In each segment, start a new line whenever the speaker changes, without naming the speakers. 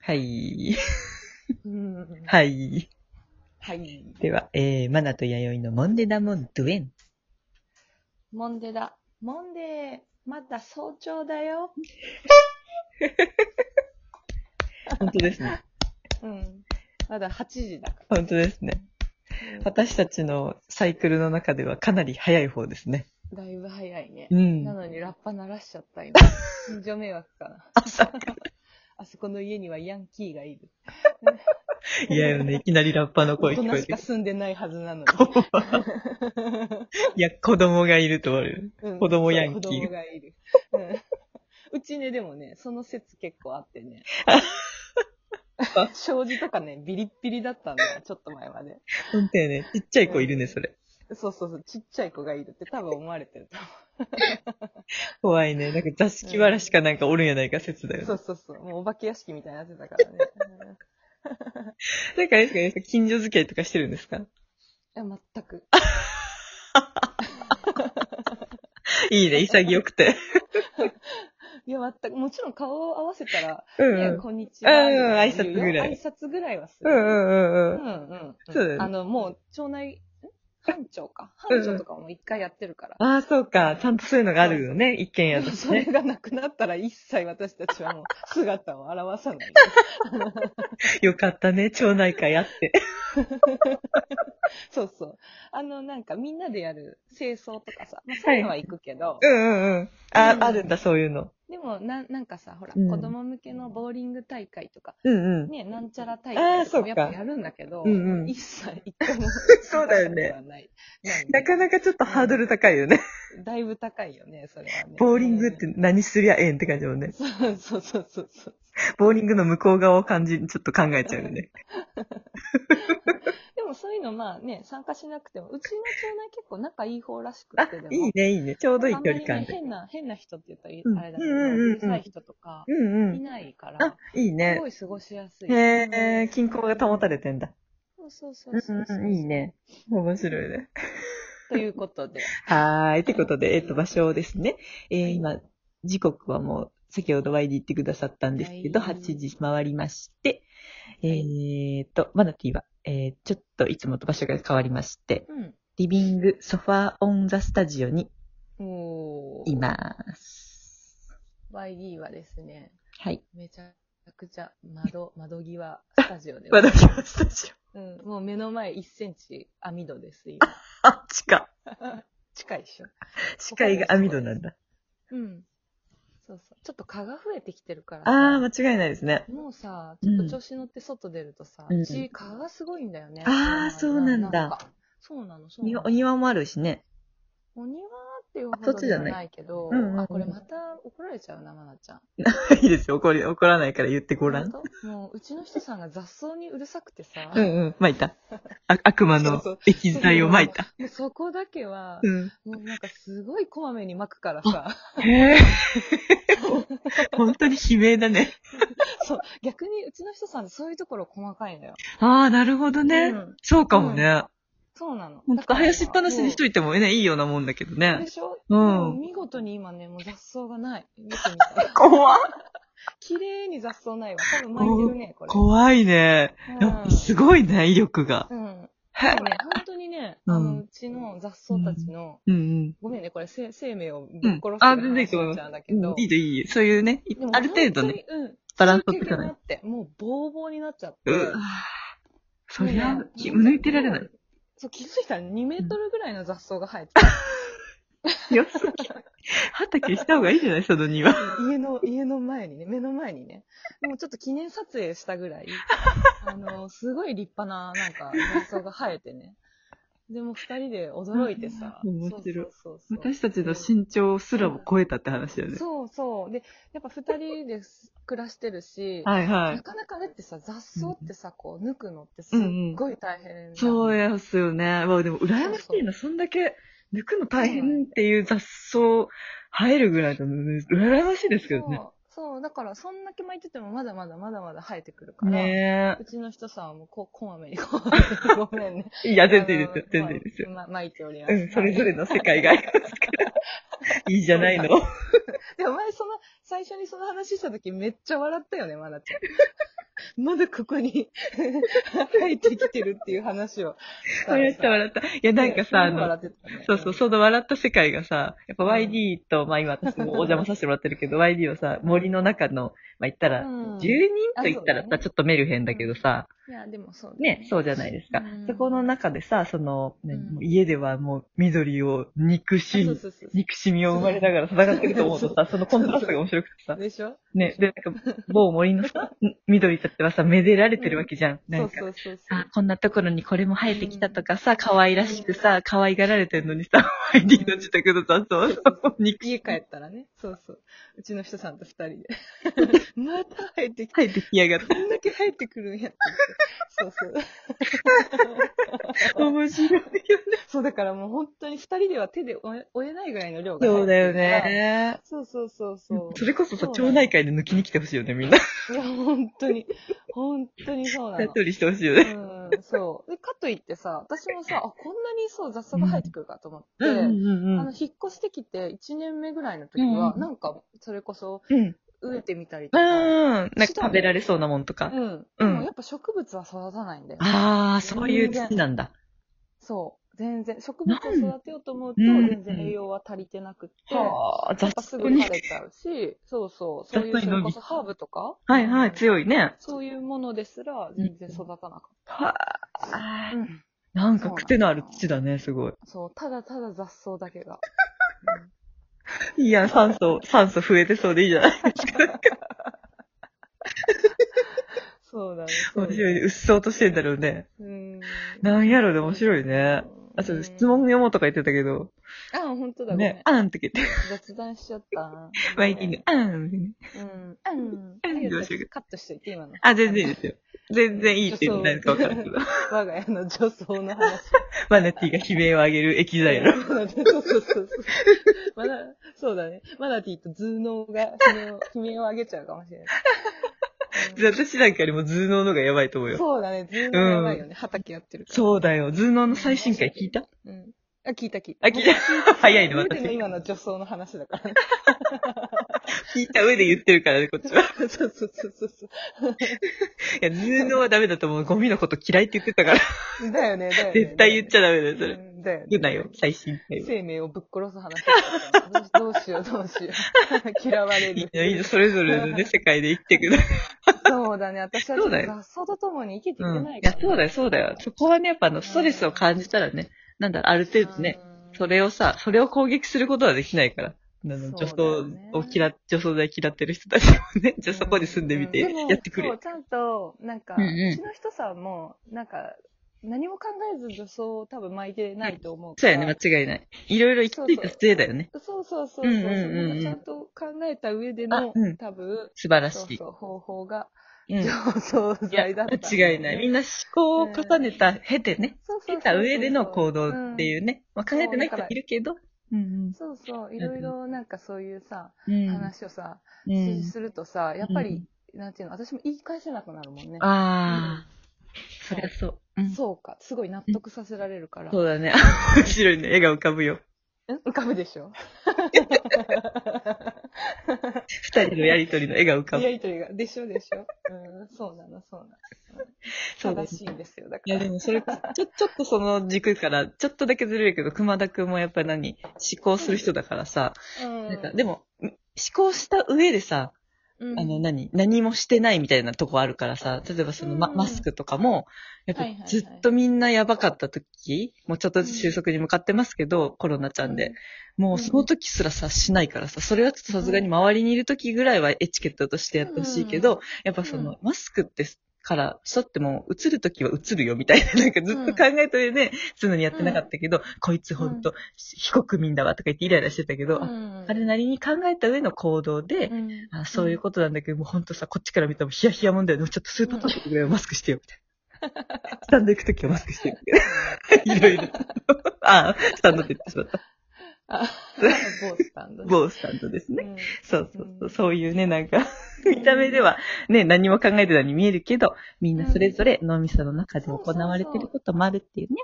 はい。
うん
はい。
はい。
では、えー、マナと弥生のモンデダモンドゥエン。
モンデだ。モンデー、まだ早朝だよ。
本当ですね。
うん。まだ8時だか
本当ですね。
ら。
私たちのサイクルの中ではかなり早い方ですね。
だいぶ早いね。
うん
な。のにラッパ鳴らしちゃった今。近所迷惑かな。
朝。
あそこの家にはヤンキーがいる。
いやよね、いきなりラッパの
大
声聞こ
人
え
してか
き
住んでないはずなのに。
た。いや、子供がいると思われる。
うん
子供ヤンキー
そう子供がいる。うん、うちね、でもね、その説結構あって ね。 障子とかね、ビリッビリだったんだよ、ちょっと前まで。
本当よね。ちっちゃい子いるね、それ。
そうそうそう、ちっちゃい子がいるって多分思われてると
怖いね。なんか座敷わらしかなんかおるんやないか説だよね。
思う。そうそうそう、もうお化け屋敷みたいになってたか らね。うん
なんかあれですか、やっぱ近所付き合いとかしてるんですか
いや、全く。
いいね、潔くて。
いや、全く、もちろん顔を合わせたら、
うん
いや、
うん。
こんにちは。
うんうん
みたいな
挨拶ぐらい
挨拶ぐらいはす
う
る。
んうんう
うん
んうん。
うんうん。
そうだよね
あの、もう、町内、ん班長か。班長とかも一回やってるから。
ああ、そうか。ちゃんとそういうのがあるよね。一軒家として
それ
ね。
がなくなったら一切私たちはもう姿を現さない。
よかったね、町内会あって。
そうそう。あの、なんかみんなでやる清掃とかさ、まあ、そういうのは行くけど、
うんうんうん。あ
う、ん
あるんだ、そういうの。
でもな、なんかさ、ほら、
うん
子供向けのボーリング大会とか、
うんうん。
ね、なんちゃら大
あー
会と
そ
か
う
も
か
やっぱやるんだけど、
うんうん。
一切一回も
そうだよね
はない。ない
なかなかちょっとハードル高いよね。
だいぶ高いよね、それはね。
ボーリングって何すりゃええんって感じだもんね。
うん。そうそうそうそう。
ボーリングの向こう側を感じ、ちょっと考えちゃうよね。
でもそういうのまあね、参加しなくても、うちの町内結構仲いい方らしく
あ
て、で、も
いいね、いいね。ちょうどいい距離
あんまりね
感で。
変な、変な人って言った
うん
らあれだけど、
うんうんうんうん
うるさい人とか
うんう
い
ん。
ないから
あ、、いい
す
ね
ご。い過ごしやすい。
へ
う
え
ん、
均衡が保たれてんだ。
そうそうそううんそう
うんうん、いい。ね。面白いね。
ということで、
はーい。ってことで、えっと、場所ですね。えー、今、時刻はもう、先ほど Y で言ってくださったんですけど、
はい
8時回りまして、えーっと、マナティは、えー、ちょっといつもと場所が変わりまして、
うん。
リビング、ソファーオンザスタジオに
おー
います。
YD はですね、
はい。
めちゃくちゃ 窓、窓際スタジオで
私はスタジ
うん、もう目の前1センチ網戸です、今。
オ。あ、地下。
近いでしょ。
視界が網戸なんだ。
うん。そうそう。ちょっと蚊が増えてきてるからさ
ああ、間違いないですね。
もうさ、
う
ちょ
ん
っと調子乗って外出るとさ、
う
うんち、蚊がすごいんだよね。
あーそうなんだ
か。そうなの、そうな
庭
の。
お庭もあるしね。
お庭っていうほ
そっ
ど
ち
じ
じゃ
ゃ
ない
ないけど、
うんうんうん
あ、これまた怒られちゃうな、まなちゃん。
いいですよ。怒り、怒らないから言ってごらん。
本当もう、うちの人さんが雑草にうるさく てさ、
うんうん。撒いた。あ悪魔の液剤を撒いた。
もうそこだけは、
うん。
もうなんかすごいこまめに巻くからさ、
へえ。 本当に悲鳴だね。
そう、逆にうちの人さんってそういうところ細かいのよ。
ああ、なるほどね。
うん
そうかもね。
そうなの。
本当林っぱなしにしと
い
いてもね、いいようなもんだけどね
で。しょ
うん
も見事に今ね、もう雑草がない。見てみ たら。
怖
綺麗に雑草ないわ。多分巻いてるね、これ。
怖いね。やっぱす
い。
ごいね、威力が。
うん。
へえ
でもね、本当にね、
うん
あの、うちの雑草たちの、
うんうん。
ごめんね、これ、せ生命をぶっ殺してる
うんあ全然いい
話
と思います
になっちゃうんだけ
うん
ど。
いいといい。そういうね
で、も
ある程度ね、。
本当にうん。
バランス取っていかない
経験があって、もう、ボーボーになっちゃって。
うわぁそりゃ
もうね、
気抜いてられない。。
そう、気づいたら2メートルぐらいの雑草が生えてた。
よすぎ。畑した方がいいじゃないその庭。
家の、家の前にね、目の前にね。もうちょっと記念撮影したぐら い、あの、すごい立派な、なんか、雑草が生えてね。でも二人で驚いてさ。
面白い
そうそうそう
私たちの身長すらも超えたって話だよね。
そうそう。で、やっぱ二人です暮らしてるし、
はいはい
な。かなかねってさ、雑草ってさ、こう、抜くのってすっごい大変、
そう
や。
ですよね。わあ、でも羨ましいな。そんだけ抜くの大変っていう雑草生えるぐらいだと、羨ましいですけどね。
そう。そう、だから、そんだけ巻いてても、まだまだまだまだ生えてくるから。
ね
うちの人さんはもうこう、こまめ に、こまめに、ごめんね。
え。いや、全然いいですよ。全
あの
然いいですよ。
ま、巻いております。
うん、それぞれの世界があります から。いいじゃないの。
で、お前その、最初にその話した時めっちゃ笑ったよね、まなちゃん。 まだここに 入ってきてるっていう話をしたら
笑っ
さ。
た笑った。いや、なんかさ、あ
ねすごい笑
の、
ってたね
そうそう、その笑った世界がさ、やっぱ YD と、まあ今私もお邪魔させてもらってるけど、YD はさ、森の中の、まあ言ったら、
うん
10人と言ったら
あそう
さ、
だね
ちょっとメルヘンだけどさ、
いや、でもそうだ
ね、そうじゃないですか
うん。
そこの中でさ、その、ね
うん
もう家ではもう緑を憎
あ
し
そう
み、
そうそうそう
憎しみを生まれながら戦ってると思うとさ、そのコントラストが面白くてさ、
でしょ
ね、で、なんか、某森のさ、ん緑たちはさ、めでられてるわけじゃん。な
そ
ん
う
か
そ、うそうそう。
あ、こんなところにこれも生えてきたとかさ、可愛らしくさ、可愛がられてるのにさ、YD の自宅の雑草
そうそうそう
に
家帰ったらね、そうそう。うちの人さんと二人 で。 また入ってきて、
生えてきやがって。
こんだけ入ってくるんやって言って。そう そう。
面白いよね。
そうだからもう本当に二人では手で追え追えないぐらいの量が入
そう
って
だよ
るから。
ね。
そうそうそうそ
それこそさ、
そうな
町
の
内会で抜きに来てほしいよね、みんな。
う。いや、本当に、本当にそうな
やっ
の。
とりしてほしいよね。
うん、そう。で、かといってさ、私もさ、あ、こんなにそう雑草が生えてくるかと思って、
ん
あの、引っ越してきて1年目ぐらいの時は、
うん
なんか、それこそ
うん。
植えてみたりと
う
か、
ん。なんか食べられそうなもんとか。
うん。
う
で
ん
もやっぱ植物は育たないんだよ。
あー、そういう土なんだ。
そう。全然、植物を育てようと思うと、
なん
全然栄養は足りてなくって、
はあ、
や
雑
っぱす
草
ぐ
に
枯。れちゃうし、そうそう、そうい
雑
う、
草に
そ
伸
れ
び
こそハーブとか、
はいはい、
い。
強いね。
そういうものですら、全然育たなかっ
は
た。
あ。
うん。
なんか癖のある土だね、すごい。
そう、ただただ雑草だけ が。
いいやん、酸素、酸素増えてそうでいいじゃないですか。
そうだね。そう
面白いね。うっそうとしてんだろうね。
うん。
なんやろね、面白いね。あ、そう、質問
うん
読もうとか言ってたけど、
あ、本当だ、ごめ
ね
ん、。
あんって言って、
雑談しちゃった な。
マイキング、あん。
うん。うん。
うん
あ
どうしようか
カットしといて、今の。
あ、全然いいですよ。全然いいって
そう
何かわからんけど。
我が家の女装の話。
マナティーが悲鳴を上げる液剤の。
そうそうそうそう。まだ、そうだね。マナティと頭脳が悲鳴を、悲鳴を上げちゃうかもしれない。うん
私なんかよりも頭脳のがやばいと思うよ。
そうだね。頭脳やばいよね。畑やってるから。
そうだよ。頭脳の最新回聞いた
うん。あ、聞いた聞いた。
あ、聞いた。早いね、
初めての
私。
今の女装の話だからね。
聞いた上で言ってるからね、こ っちは。い
そうそうそうそうそ
や、頭脳はダメだと思う。ゴミのこと嫌いって言ってた から。
う。だよね、だよね。
絶対言っち
ゃ
ゃダメだよ、それ。
だよね。
言うなよ、最新回は。
生命をぶっ殺す話だったからどうしよう、どうしよう。 嫌わ
い
れ
い
る。
の、いいの、それぞれのね、世界で生きてくる。
そうだね。私はち
そ
ょっ
う
と
だよ
雑草と共に生きていけ
うん。
ない
い
か
や、
ら、
そうだよ、そうだよ。そこはね、やっぱあの、ストレスを感じたらね、なんだろう、ある程度ね、
うん。
それをさ、それを攻撃することはできないから。あの、
そう
女
だよ
装
ね
を嫌、女装で嫌ってる人たちもね、じゃあそこに住んでみて
うでも、
やってく
そ
れ
う。ちゃんと、なんか、
う
うん
うん
ちの人さんも、なんか、何も考えず女装を多分巻いてないと思うか
そう
ら。
やね、間違いない。いろいろ行き着いた末だよね。
そうそうそうそう。
うんうんうんうん
そこがちゃんと考えた上での
あ、うん
多分、
素晴らし
そう
い。
そう、方法が、
うん。い
上層
や、
剤だった。
間違いない。みんな思考を重ねた、経てね、
そうそうそうそう、
経た上での行動って
う
いうね、まあ考えてない人もいるけど、うん
ん。そうそう、いろいろなんかそういうさ、
うん。
話をさ、
うん
するとさ、やっぱり、なんていうの、私も言い返せなくなるもんね。
ああ、そ
うん
りゃそう。うん
そうか、すごい納得させられるから。
そうだね。 面白いね。絵が浮かぶよ。
ん浮かぶでしょ
二人のやりとりの絵が浮か
や
ぶ。
りとりが。でしょでしょうん、そうなの、そうなの。
そうだね
正しいんですよ、だか
いや、で
ら。
もそれ、ちょ、ちょっとその軸から、ちょっとだけずれるけど、熊田くんもやっぱり何思考する人だからさ、
うん
なんか、でも、ん思考した上でさ、
うん
あの何、何もしてないみたいなとこあるからさ、例えばそのマ,、
うん
マスクとかも、やっぱ
はいはいはい
ずっとみんなやばかった時、もうちょっとずつ収束に向かってますけど、コロナちゃんで、もうその時すらさ、しないからさ、それはちょっとさすがに周りにいる時ぐらいはエチケットとしてやってほしいけど、
うん
やっぱそうの、マスクって、から、そっても、映る時は映るよ、みたいな、なんかずっと考えといてね、常にやってなかったけど、こいつほんと、非国民だわ、とか言ってイライラしてたけど、
う
あ
ん、
あれなりに考えた上の行動で、
うん、
あそういうことなんだけど、もうほんとさ、こっちから見たらもうヒヤヒヤ問題でもちょっとスーパートップぐらいはマスクして よ、みたいな。スタンド行くときはマスク してよ、みたいな。いろいろ。ああ、スタンドって言ってしまった。
あ、某スタ ンドね。
某スタンドですね。
うん
そうそうそうう、
ん
そういうね、なんか、見た目ではね、何も考えてないように見えるけど、みんなそれぞれ脳みその中で行われてることもあるっていうね。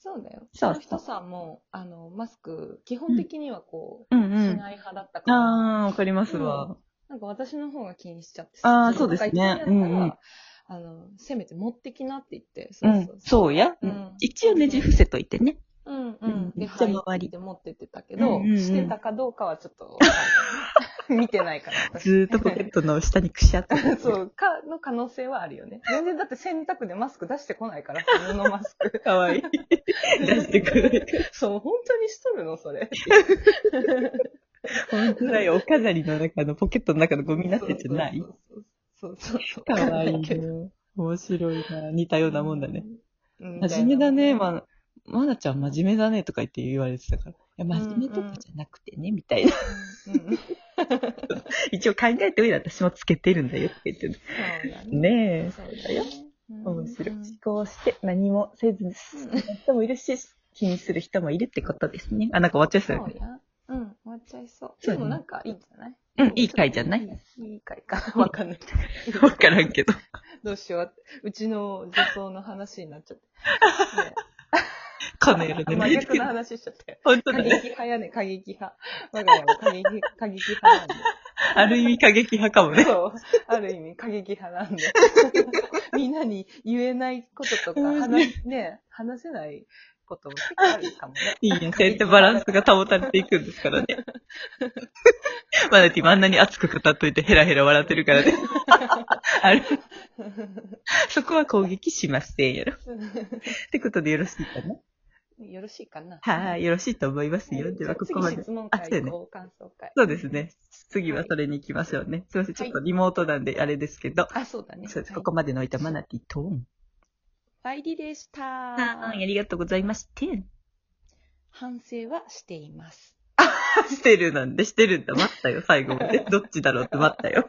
そうだよ。
そう
の人さんも、あの、マスク、基本的にはこう、
うんう
し
ん。
ない派だったから。
ああ、わかりますわ。
なんか私の方が気にしちゃって
あーそうですね
なんか一緒に
うんう
や
ん
ったらあの、せめて持ってきなって言って。
う
そ
ん、そうや。う
うんん
一応ねじ伏せといてね。
うん
う
うんん。で、
めっちゃ
入
周り
って持ってってたけど、
うんうんうん
してたかどうかはちょっとわか んない、見てないから。私
ずーっとポケットの下にくしゃっ と。
そう、か、の可能性はあるよね。全然だって洗濯でマスク出してこないから、普通のマスク。
かわいい。出してくれる。
そう、本当にしとるのそれ。
本当だよ。お飾りの中のポケットの中のゴミになってんじゃない
そうそうそう。
かわいい
わかんなけど
ね。面白いな。似たようなもんだね。。
うん
真面目だね、。
み
まあ、まなちゃん真面目だねとか言って言われてたから。いや、真面目とかじゃなくてね、みたいな。
たいなうんうん
一応考えておいて私もつけてるんだよって言ってる。
そうだね。
ねえ。
そう
だよ。
うん
面白い。
うん
思考して何もせずに進む人もいるし、気にする人もいるってことですね。あ、なんか終わっちゃい
そ
そううよね。
や。うん、終わっちゃいそう。
そう
で
やね
もなんかいいんじゃない
うんいい回じゃない
いい 回か。わかんない。
わからんけど。
どうしよう。うちの女装の話になっちゃって。ね
この夜
真
寝る
逆
け
の
ど。
話しちゃったよ。
本当
過
だ
激
ね。
派やね、過激派。我が家も過激過激派なん
ある意味過激派かも
で。
ね。
そう。ある意味過激派な んで。みんなに言えないこととか、話、ね、話せないことも結構あるかもね。
いいね。そうやってバランスが保たれていくんです からね。まだティもあんなに熱く語っといてヘラヘラ笑ってるからね。ある。そこは攻撃しませんやろ。ってことでよろしいかな
よろしいかな
はい、よろしいと思います
はい
よ。では、こ
じゃ
こ
あ
ま
次
で
質。問
あ
会
そうやね
行感想会。
そうですね。次はそれに行きましょうね。すいません。ちょっとリモートなんであれですけど。
あ、そうだね。
そうです。
は
こ
い
こまでのいたマナティトーン。
バイリでした。
はい、ありがとうございまして ん。
反省はして います。
してるなんで、してるんだ。待ったよ、最後まで。どっちだろうって待ったよ。